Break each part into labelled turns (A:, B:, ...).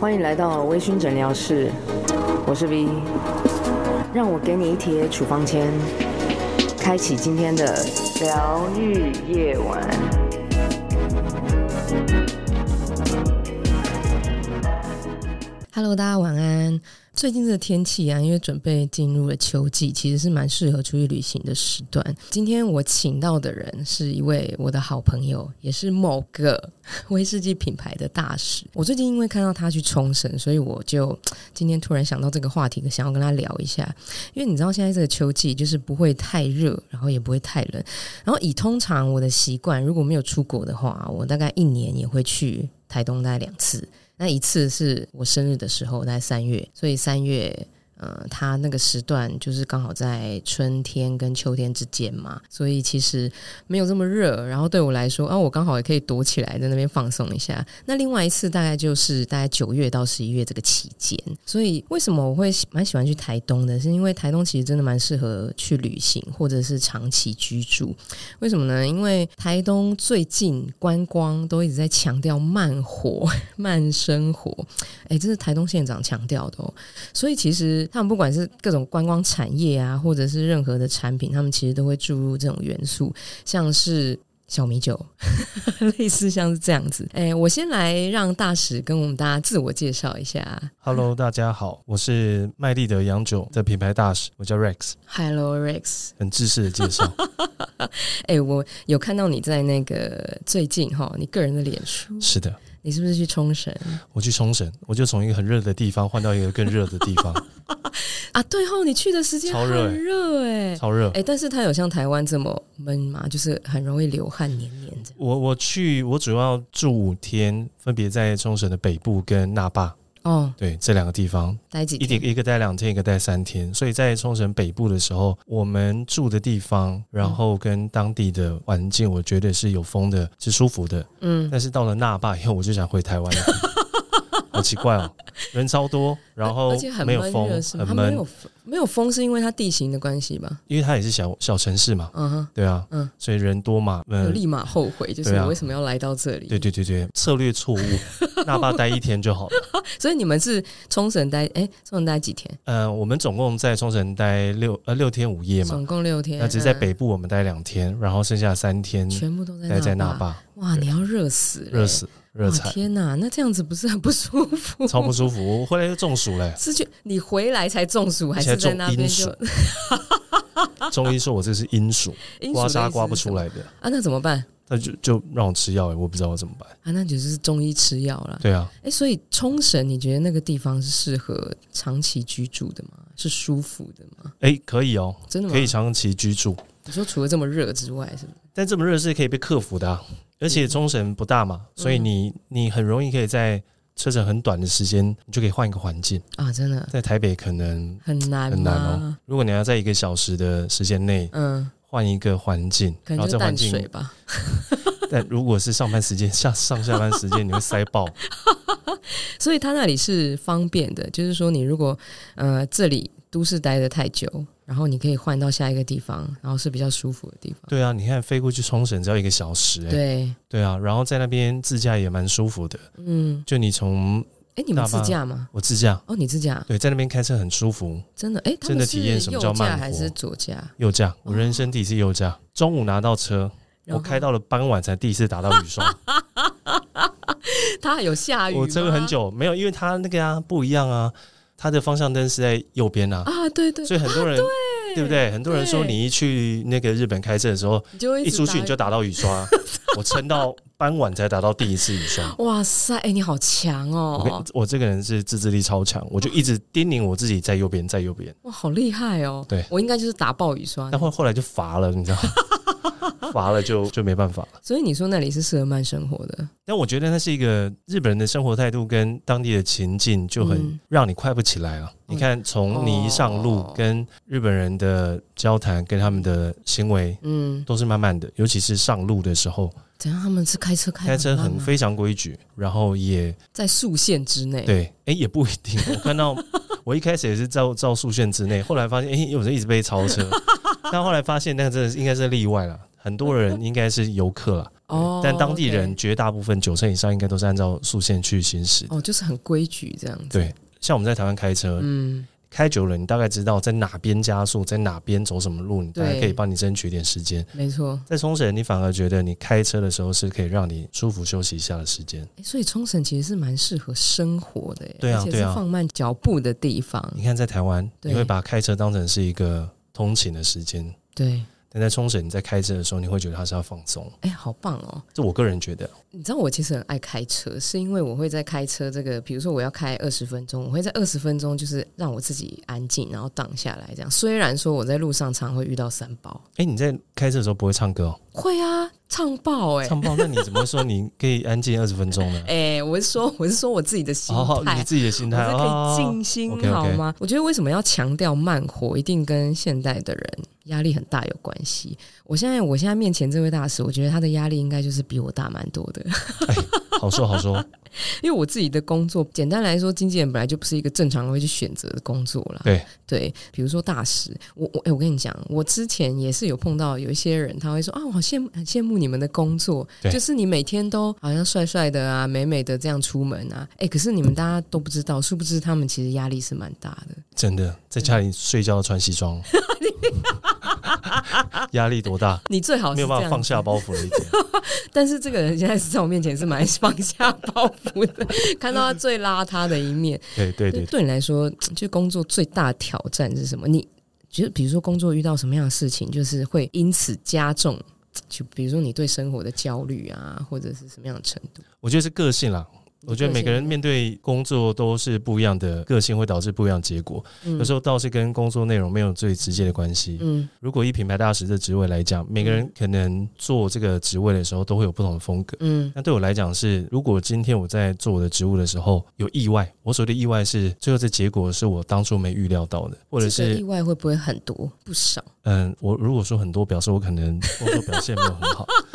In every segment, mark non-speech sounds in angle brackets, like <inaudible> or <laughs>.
A: 欢迎来到微醺诊疗室，我是 V，让我给你一贴处方签，开启今天的疗愈夜晚。
B: Hello，大家晚安。最近这个天气啊，因为准备进入了秋季，其实是蛮适合出去旅行的时段。今天我请到的人是一位我的好朋友，也是某个 <laughs> 威士忌品牌的大使。我最近因为看到他去冲绳，所以我就今天突然想到这个话题，想要跟他聊一下。因为你知道现在这个秋季就是不会太热，然后也不会太冷。然后以通常我的习惯，如果没有出国的话，我大概一年也会去台东大概两次。那一次是我生日的时候，在三月，所以三月。呃，它那个时段就是刚好在春天跟秋天之间嘛，所以其实没有这么热。然后对我来说，啊，我刚好也可以躲起来，在那边放松一下。那另外一次大概就是大概九月到十一月这个期间。所以为什么我会喜蛮喜欢去台东的？是因为台东其实真的蛮适合去旅行或者是长期居住。为什么呢？因为台东最近观光都一直在强调慢活、 <laughs> 慢生活，哎，这是台东县长强调的哦。所以其实他们不管是各种观光产业啊，或者是任何的产品，他们其实都会注入这种元素，像是。小米酒， <laughs> 类似像是这样子。哎、我先来让大使跟我们大家自我介绍一下。 <laughs>
C: Hello，大家好，我是麦利德洋酒的品牌大使，我叫 Rex，
B: Hello Rex，
C: 很知识的介
B: <laughs>
C: 绍。
B: 哎、我有看到你在那个最近哈，你个人的脸书，
C: 是的，
B: 你是不是去冲绳
C: 我去冲绳，我就从一个很热的地方换到一个更热的地
B: <laughs>
C: 方，
B: 啊？对哦，你去的时间
C: 超热欸
B: 很热哎、
C: 超热
B: 哎、。但是它有像台湾这么闷吗？就是很容易流汗黏黏这样。
C: 我我去，我主要住五天，分别在冲绳的北部跟那霸，
B: 哦，
C: 对这两个地方，
B: 待几
C: 一
B: 天？
C: 一个待两天，一个待三天。所以在冲绳北部的时候，我们住的地方，
B: 嗯
C: 然后跟当地的环境，我觉得是有风的，是舒服的。
B: 嗯，
C: 但是到了那霸以后，我就想回台湾了，好奇怪哦，人超多，然后
B: 而且很
C: 没
B: 闷
C: 有风
B: 热，是吗？它
C: 很
B: 没
C: 闷
B: 有，风没有风是因为它地形的关系吧？
C: 因为它也是小小城市嘛，
B: 嗯哼，
C: 对啊，
B: 嗯
C: 所以人多嘛，
B: 我
C: 嗯、
B: 立马后悔，就是
C: 对啊
B: 我为什么要来到这里？
C: 对对对对，策略错误，那霸待一天就好了。
B: 所以你们是冲绳待，哎、冲绳待几天？
C: 呃，我们总共在冲绳待六呃六天五夜嘛，
B: 总共六天。
C: 那只是在
B: 嗯
C: 北部我们待两天，然后剩下三天
B: 全部都在
C: 待在
B: 那
C: 那
B: 霸。
C: 霸，
B: 哇，
C: 对
B: 你要热死了，
C: 热死热
B: 哇
C: 惨，
B: 天哪，那这样子不是很不舒服？
C: 超不舒服，我回来就中暑嘞、
B: 是去你回来才中暑，还
C: 而且
B: 是
C: 还
B: 在
C: 中
B: 那边 <laughs>
C: 阴
B: 就
C: 暑，中医说我这是阴暑，
B: <laughs> 阴暑的意
C: 刮
B: 思
C: 痧
B: 是
C: 刮不出
B: 什么
C: 来的。
B: 啊？那怎么办
C: 那就就让我吃药、欸，我不知道我怎么办。
B: 啊？那就是中医吃药啦。
C: 对啊，
B: 哎、所以冲绳，你觉得那个地方是适合长期居住的吗？是舒服的吗？
C: 哎、可以哦、
B: 真的吗？
C: 可以长期居住，
B: 你说除了这么热之外，是吗？
C: 但这么热是可以被克服的、啊，
B: 嗯
C: 而且冲绳不大嘛，所以你你很容易可以在车程很短的时间，你就可以换一个环境。
B: 啊，真的
C: 在台北可能，
B: 很难
C: 很
B: 吗？
C: 难哦如果你要在一个小时的时间内
B: 嗯，
C: 换一个环境，
B: 可
C: 然
B: 能
C: 后
B: 就
C: 这环
B: 淡水
C: 境，
B: 吧。
C: <laughs> 但如果是上班时间下上下班时间，你会塞爆。
B: 所以它那里是方便的，就是说你如果呃这里都市待得太久，然后你可以换到下一个地方，然后是比较舒服的地方。
C: 对啊，你看飞过去冲绳只要一个小时、欸，
B: 对，
C: 对啊，然后在那边自驾也蛮舒服的。
B: 嗯，
C: 就你从
B: 哎，你们
C: 大
B: 自
C: 巴
B: 驾吗？
C: 我自驾，
B: 哦，你自驾
C: 对，在那边开车很舒服，
B: 真的哎，他们
C: 真的
B: 是
C: 体验什么叫
B: 右驾
C: 慢活
B: 还是左驾？
C: 右驾，我人生第一次右驾，中午拿到车，
B: 哦然后
C: 我开到了傍晚才第一次打到雨刷，
B: <laughs> 它有下雨吗，
C: 我撑了很久，没有，因为它那个啊不一样啊，它的方向灯是在右边啊，
B: 啊，对对，
C: 所以很多人、对不对？很多人说
B: 对
C: 你一去那个日本开车的时候，
B: 你就会
C: 一
B: 直
C: 出去
B: 打
C: 你就打到
B: <laughs>
C: 雨刷，我撑到傍晚才打到第一次雨刷。
B: 哇塞，哎，你好强
C: 我
B: 哦
C: 跟，我这个人是自制力超强，我就一直叮咛我自己在右边，在右边。
B: 哇，好厉害哦，
C: 对
B: 我应该就是打爆雨刷
C: 但，后后来就罚了，你知道吗， <laughs> 罚了就就没办法了。
B: 所以你说那里是适合慢生活的，
C: 但我觉得那是一个日本人的生活态度跟当地的情境就很
B: 嗯
C: 让你快不起来了。你看，从你一上路
B: 哦，
C: 跟日本人的交谈，跟他们的行为
B: 嗯，
C: 都是慢慢的，尤其是上路的时候，
B: 怎样？他们是开车开
C: 开车
B: 哎慢啊
C: 很
B: 吗
C: 非常规矩，然后也
B: 在速限之内。，
C: 对，哎，也不一定。我看到我一开始也是照照速限之内，后来发现，哎，有人一直被超车，但后来发现那个真的是应该是例外了，很多人应该是游客了。
B: 哦
C: 但当地
B: OK
C: 人绝大部分九成以上应该都是按照速限去行驶的。
B: 哦，就是很规矩这样子。
C: 对，像我们在台湾开车，
B: 嗯，
C: 开久了你大概知道在哪边加速，在哪边走什么路，你大概
B: 对
C: 可以帮你争取一点时间。
B: 没错。
C: 在冲绳，你反而觉得你开车的时候是可以让你舒服休息一下的时间。
B: 诶所以冲绳其实是蛮适合生活的耶，
C: 对啊
B: 而且
C: 对
B: 是
C: 啊
B: 放慢脚步的地方。
C: 你看，在台湾，
B: 对
C: 你会把开车当成是一个通勤的时间，
B: 对，
C: 但在冲绳，你在开车的时候，你会觉得它是要放松。
B: 哎、好棒哦！
C: 这我个人觉得，
B: 你知道我其实很爱开车，是因为我会在开车这个，比如说我要开二十分钟，我会在二十分钟就是让我自己安静，然后荡下来这样。虽然说我在路上常会遇到三宝，
C: 哎、你在开车的时候不会唱歌哦，
B: 会啊，唱爆哎、
C: 唱爆，那你怎么会说你可以安静二十分钟呢？
B: <laughs> 哎、我是说我是说我自己的心
C: 哦，
B: 态
C: 你，自己的心
B: 我
C: 态
B: 是可以静 <laughs>
C: 哦
B: 心、
C: OK，OK
B: 好吗？我觉得为什么要强调慢活，一定跟现代的人压力很大有关系。我现在我现在面前这位大使，我觉得他的压力应该就是比我大蛮多的，
C: 好说好说，
B: 因为我自己的工作，简单来说，经纪人本来就不是一个正常人会去选择的工作啦。
C: 对
B: 对，比如说大使，我我、哎，我跟你讲，我之前也是有碰到有一些人，他会说啊，我好羡慕很羡慕你们的工作，
C: 对
B: 就是你每天都好像帅帅的啊，美美的这样出门啊，哎、可是你们大家都不知道，殊不知他们其实压力是蛮大的。
C: 真的
B: 嗯
C: 在家里睡觉穿西
B: <laughs>
C: 装，压力多大？
B: 你最好哦是
C: 没有办
B: 这
C: 法
B: 样
C: 放下包袱了一
B: <laughs>
C: 点。
B: 但是这个人现在是在我面前是蛮 <laughs> 放下包袱的，看到他最邋遢的一面。
C: 对对对，
B: 对你来说，就工作最大的挑战是什么？你就是比如说工作遇到什么样的事情，就是会因此加重，就比如说你对生活的焦虑啊，或者是什么样的程度？
C: 我觉得是个性啦。
B: 嗯
C: 我觉得每个人面对工作都是不一样的，个性会导致不一样的结果。
B: 嗯
C: 有时候倒是跟工作内容没有最直接的关系。
B: 嗯，
C: 如果以品牌大使的职位来讲，每个人可能做这个职位的时候都会有不同的风格。
B: 嗯
C: 那对我来讲是，如果今天我在做我的职务的时候有意外，我所谓的意外是最后这结果是我当初没预料到的，或者
B: 这个
C: 是
B: 意外会不会很多不
C: <laughs>
B: 少？
C: 嗯，我如果说很多表示我可能工作表现没有很好，
B: <laughs>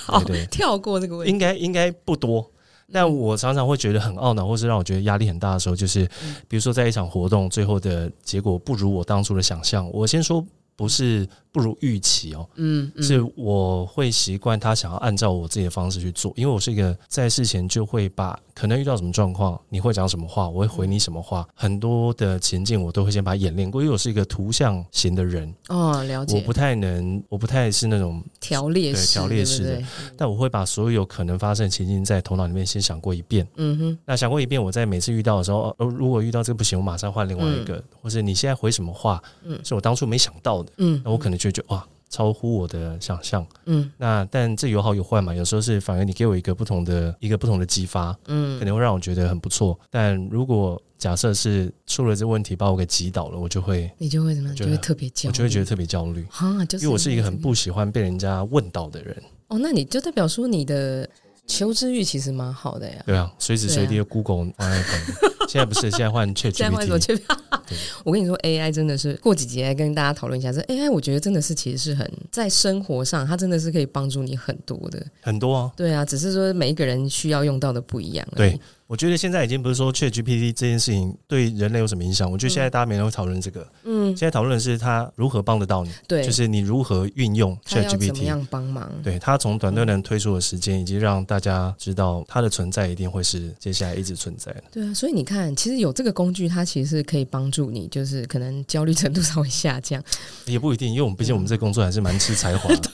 B: 好，
C: 对
B: 跳过这个问题。
C: 应该应该不多。但我常常会觉得很懊恼，或是让我觉得压力很大的时候，就是
B: 嗯
C: 比如说在一场活动最后的结果不如我当初的想象。我先说不是不如预期哦，
B: 嗯，嗯
C: 是我会习惯他想要按照我自己的方式去做，因为我是一个在事前就会把可能遇到什么状况，你会讲什么话，我会回
B: 嗯
C: 你什么话，很多的情境我都会先把它演练过，因为我是一个图像型的人，
B: 哦，了
C: 我
B: 解
C: 不太能，我不太是那种，
B: 条列
C: 对
B: 式，
C: 条列式的
B: 对不对
C: 但我会把所有可能发生的情境在头脑里面先想过一遍。
B: 嗯哼，
C: 那想过一遍，我在每次遇到的时候，呃，如果遇到这个不行，我马上换另外一个，或者你现在回什么话，
B: 嗯
C: 是我当初没想到的，
B: 嗯，
C: 那我可能就会觉得哇，超乎我的想象。
B: 嗯
C: 那但这有好有坏嘛，有时候是反而你给我一个不同的一个不同的激发，
B: 嗯
C: 可能会让我觉得很不错。但如果假设是出了这问题把我给击倒了，我就会
B: 你就会怎么样？你
C: 我觉
B: 就
C: 得
B: 会特别焦虑，
C: 我就会觉得特别焦虑，
B: 啊，就是
C: 因为我是一个很
B: 这
C: 不喜欢被人家问到的人。
B: 哦，那你就代表说你的求知欲其实蛮好的呀。
C: 对啊，随时随地的 Google 放在旁 <laughs> 现在不是现在换
B: <laughs> 现在换手
C: ChatGPT，
B: 机，我跟你说，AI 真的是过几集来跟大家讨论一下。这 AI 我觉得真的是其实是很在生活上，它真的是可以帮助你很多的。
C: 很多啊。
B: 对啊，只是说每一个人需要用到的不一样。
C: 对，，我觉得现在已经不是说 ChatGPT 这件事情对人类有什么影响，我觉得现在大家没人会讨论这个，
B: 嗯
C: 现，在讨论的是它如何帮得到你，
B: 对，
C: 就是你如何运用
B: 他要怎
C: ChatGPT
B: 么。样嗯帮忙？
C: 对它从短短的推出的时间，以及让大家知道它的存在一定会是接下来一直存在的。
B: 对啊，所以你看，其实有这个工具，它其实是可以帮助你，就是可能焦虑程度稍微下降。
C: 也不一定，因为我们
B: 嗯
C: 毕竟我们这工作还是蛮吃才
B: <laughs>
C: 华的。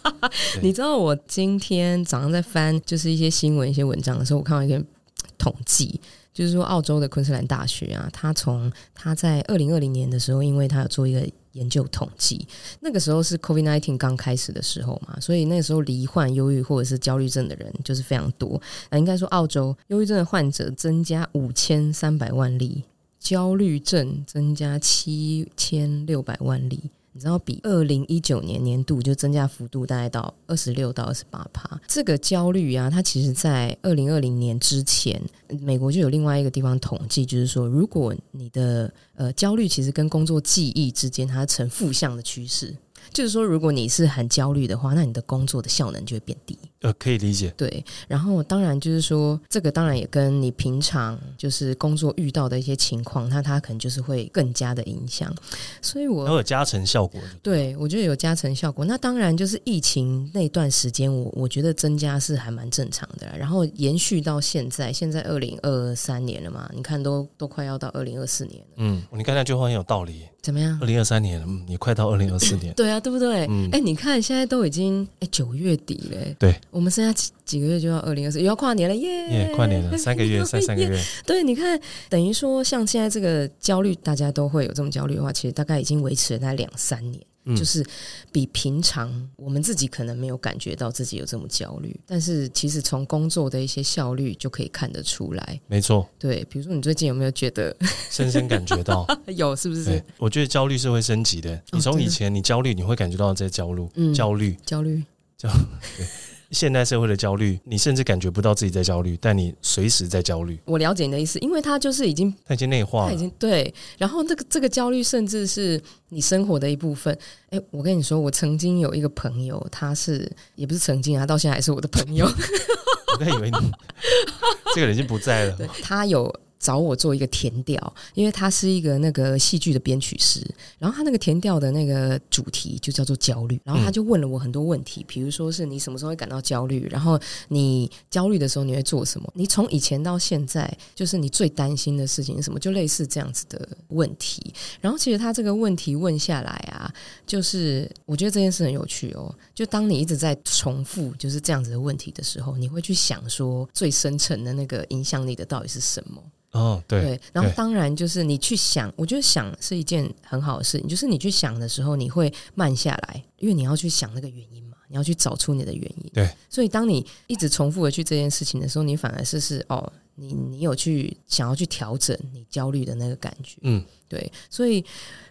C: 对
B: 你知道我今天早上在翻就是一些新闻、一些文章的时候，我看到一个统计，就是说澳洲的昆士兰大学啊，它从它在二零二零年的时候，因为它有做一个研究统计，那个时候是 COVID nineteen 刚开始的时候嘛，所以那个时候罹患忧郁或者是焦虑症的人就是非常多。那应该说，澳洲忧郁症的患者增加五千三百万例，焦虑症增加七千六百万例。你知道，比二零一九年年度就增加幅度大概到二十六到二十八趴。这个焦虑啊，它其实在二零二零年之前，美国就有另外一个地方统计，就是说，如果你的呃焦虑其实跟工作记忆之间，它呈负向的趋势。就是说，如果你是很焦虑的话，那你的工作的效能就会变低。
C: 呃，可以理解，
B: 对，然后当然就是说，这个当然也跟你平常就是工作遇到的一些情况，那它可能就是会更加的影响。所以
C: 它会
B: 我
C: 有加成效果的。
B: 对我觉得有加成效果。那当然就是疫情那段时间我，我觉得增加是还蛮正常的啦。然后延续到现在，现在二零二三年了嘛，你看都都快要到二零二四年了，
C: 嗯，你刚才那句话很有道理。
B: 怎么样
C: 二？零二三年，嗯，也快到二零二四年，
B: 对啊，对不对？哎、
C: 嗯
B: 你看现在都已经哎九月底了，
C: 对，
B: 我们剩下几几个月就要二零二四，又要跨年了耶！
C: 耶，快年了，三个月，三三个。
B: <laughs>
C: 月，
B: 对，你看，等于说像现在这个焦虑，大家都会有这种焦虑的话，其实大概已经维持了那两三年。
C: 嗯
B: 就是比平常我们自己可能没有感觉到自己有这么焦虑，但是其实从工作的一些效率就可以看得出来。
C: 没错，
B: 对，比如说你最近有没有觉得
C: 深深感觉到。
B: 啊有是不 <laughs> 是
C: 对，我觉得焦虑是会升级的。你从
B: 真的
C: 以前你焦虑，你会感觉到这些焦虑，
B: 嗯
C: 焦虑。
B: 焦虑？
C: 现代社会的焦虑，你甚至感觉不到自己在焦虑，但你随时在焦虑，
B: 我了解你的意思，因为它就是已经
C: 它已经内化
B: 他已
C: 了。
B: 经对，然后这个这个焦虑甚至是你生活的一部分。哎，我跟你说，我曾经有一个朋友，他是也不是曾经啊，他到现在还是我的朋友，
C: 我刚
B: <laughs>
C: 以为你这个人已经不在了。
B: 他有。找我做一个填调，因为他是一个那个戏剧的编曲师，然后他那个填调的那个主题就叫做焦虑，然后他就问了我很多问题，比如说是你什么时候会感到焦虑，然后你焦虑的时候你会做什么，你从以前到现在就是你最担心的事情是什么，就类似这样子的问题。然后其实他这个问题问下来啊，就是我觉得这件事很有趣哦。就当你一直在重复就是这样子的问题的时候，你会去想说最深层的那个影响你的到底是什么？
C: 哦，对，
B: 对，然后
C: 对
B: 当然就是你去想，我觉得想是一件很好的事情，就是你去想的时候，你会慢下来，因为你要去想那个原因嘛，你要去找出你的原因。
C: 对，
B: 所以当你一直重复的去这件事情的时候，你反而是是哦，你你有去想要去调整你焦虑的那个感觉。
C: 嗯，
B: 对，所以。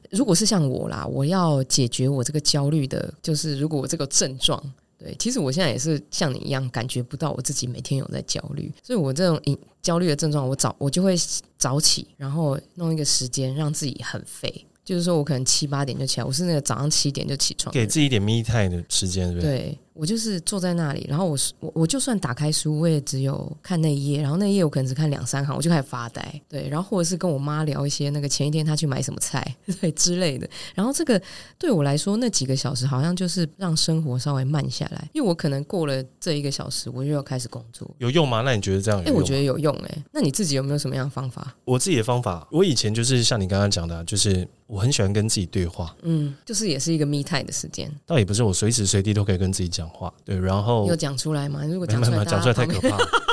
B: 如果是像我啦，我要解决我这个焦虑的，就是如果我这个症状，对，其实我现在也是像你一样，感觉不到我自己每天有在焦虑，所以我这种隐焦虑的症状，我早我就会早起，然后弄一个时间让自己很废，就是说我可能七八点就起来，我是那个早上七点就起床的
C: 给
B: 人，
C: 自己一点 me time 的时间，对不对？
B: 对我就是坐在那里，然后我是我我就算打开书，我也只有看那一页，然后那一页我可能只看两三行，我就开始发呆。对，然后或者是跟我妈聊一些那个前一天她去买什么菜，对之类的。然后这个对我来说，那几个小时好像就是让生活稍微慢下来，因为我可能过了这一个小时，我就要开始工作。
C: 有用吗？那你觉得这样有
B: 哎、
C: 用吗？
B: 我觉得有用哎、那你自己有没有什么样的方法？
C: 我自己的方法，我以前就是像你刚刚讲的啊，就是我很喜欢跟自己对话，
B: 嗯，就是也是一个 me time 的时间，
C: 倒也不是我随时随地都可以跟自己讲话，对，然后
B: 你有讲出来吗？如果
C: 没
B: 讲
C: 有没
B: 出
C: 哦有没
B: 来，大
C: 有讲
B: 家
C: 出来太
B: 旁
C: 可
B: 边
C: 怕了，
B: 旁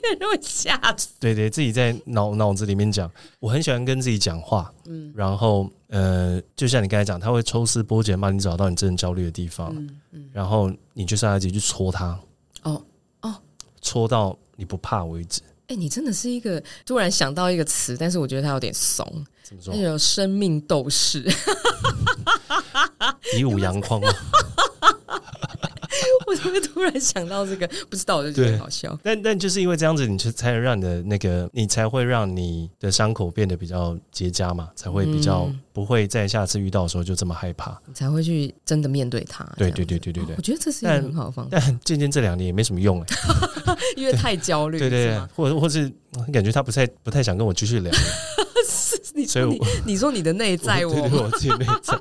B: 边人会吓死。
C: 对对，自己在脑脑子里面讲，我很喜欢跟自己讲话，
B: 嗯
C: 然后呃，就像你刚才讲，他会抽丝剥茧，帮你找到你真正焦虑的地方，
B: 嗯嗯，
C: 然后你就上来直接去戳它，
B: 哦哦，
C: 戳到你不怕为止。
B: 哎、你真的是一个突然想到一个词，但是我觉得它有点怂，
C: 怎么说
B: 那？种生命斗士。 <laughs>
C: 以武扬匡嘛。
B: 我怎么会突然想到这个？不知道，我就觉得
C: 对
B: 很好笑。
C: 但但就是因为这样子，你就才能让你的那个，你才会让你的伤口变得比较结痂嘛，才会比较
B: 嗯
C: 不会在下次遇到的时候就这么害怕。
B: 你才会去真的面对它。
C: 对
B: 这样子
C: 对对对对对
B: 哦我觉得这是一个
C: 但
B: 很好的方法，
C: 但渐渐这两年也没什
B: <laughs>
C: 么用了、
B: 因为太焦虑，
C: 对对对
B: 是吗，
C: 或者或是感觉他不太不太想跟我继
B: <laughs>
C: 续聊，
B: 你
C: 所
B: 说
C: 以
B: 你
C: 我
B: 你说你的内在哦
C: 对
B: 我
C: 对，
B: 吗，
C: 我自己内
B: <laughs>
C: 在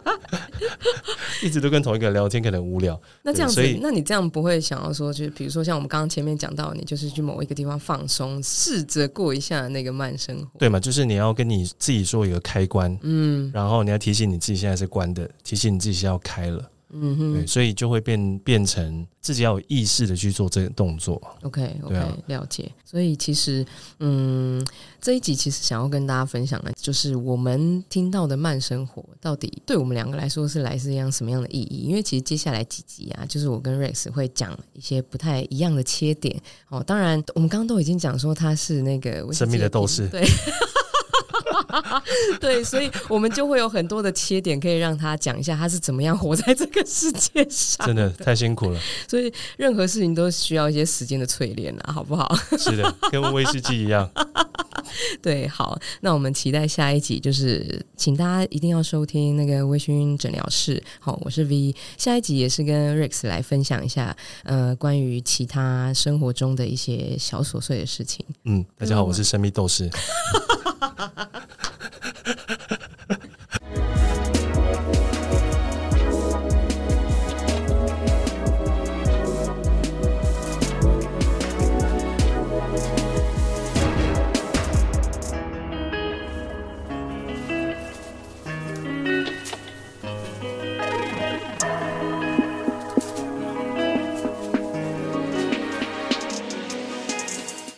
C: 一直都跟同一个人聊天，可能无聊。
B: 那这样子
C: 对所以，
B: 那你这样不会想要说，就是比如说像我们刚刚前面讲到，你就是去某一个地方放松，试着过一下那个慢生活。
C: 对嘛？就是你要跟你自己说有个开关，
B: 嗯
C: 然后你要提醒你自己现在是关的，提醒你自己现在要开了。
B: 嗯
C: 对，
B: 哼
C: 所以就会变变成自己要有意识的去做这个动作。
B: ，OK OK，、
C: 对啊
B: 了解。所以其实，嗯，这一集其实想要跟大家分享的，就是我们听到的慢生活到底对我们两个来说是来自一样什么样的意义？因为其实接下来几集啊，就是我跟 Rex 会讲一些不太一样的切点。哦，当然，我们刚刚都已经讲说他是那个威士忌
C: 生命的斗士
B: 对。 <laughs> 对，所以我们就会有很多的切点可以让他讲一下他是怎么样活在这个世界上。 <laughs>
C: 真的太辛苦了，
B: 所以任何事情都需要一些时间的淬炼啊，好不好？
C: 是的，跟威士忌一样，
B: <laughs> 对，好，那我们期待下一集，就是请大家一定要收听那个微醺诊疗室。好，我是 V，下一集也是跟 Rex 来分享一下，呃，关于其他生活中的一些小琐碎的事情。
C: 嗯，大家好，我是生命斗士。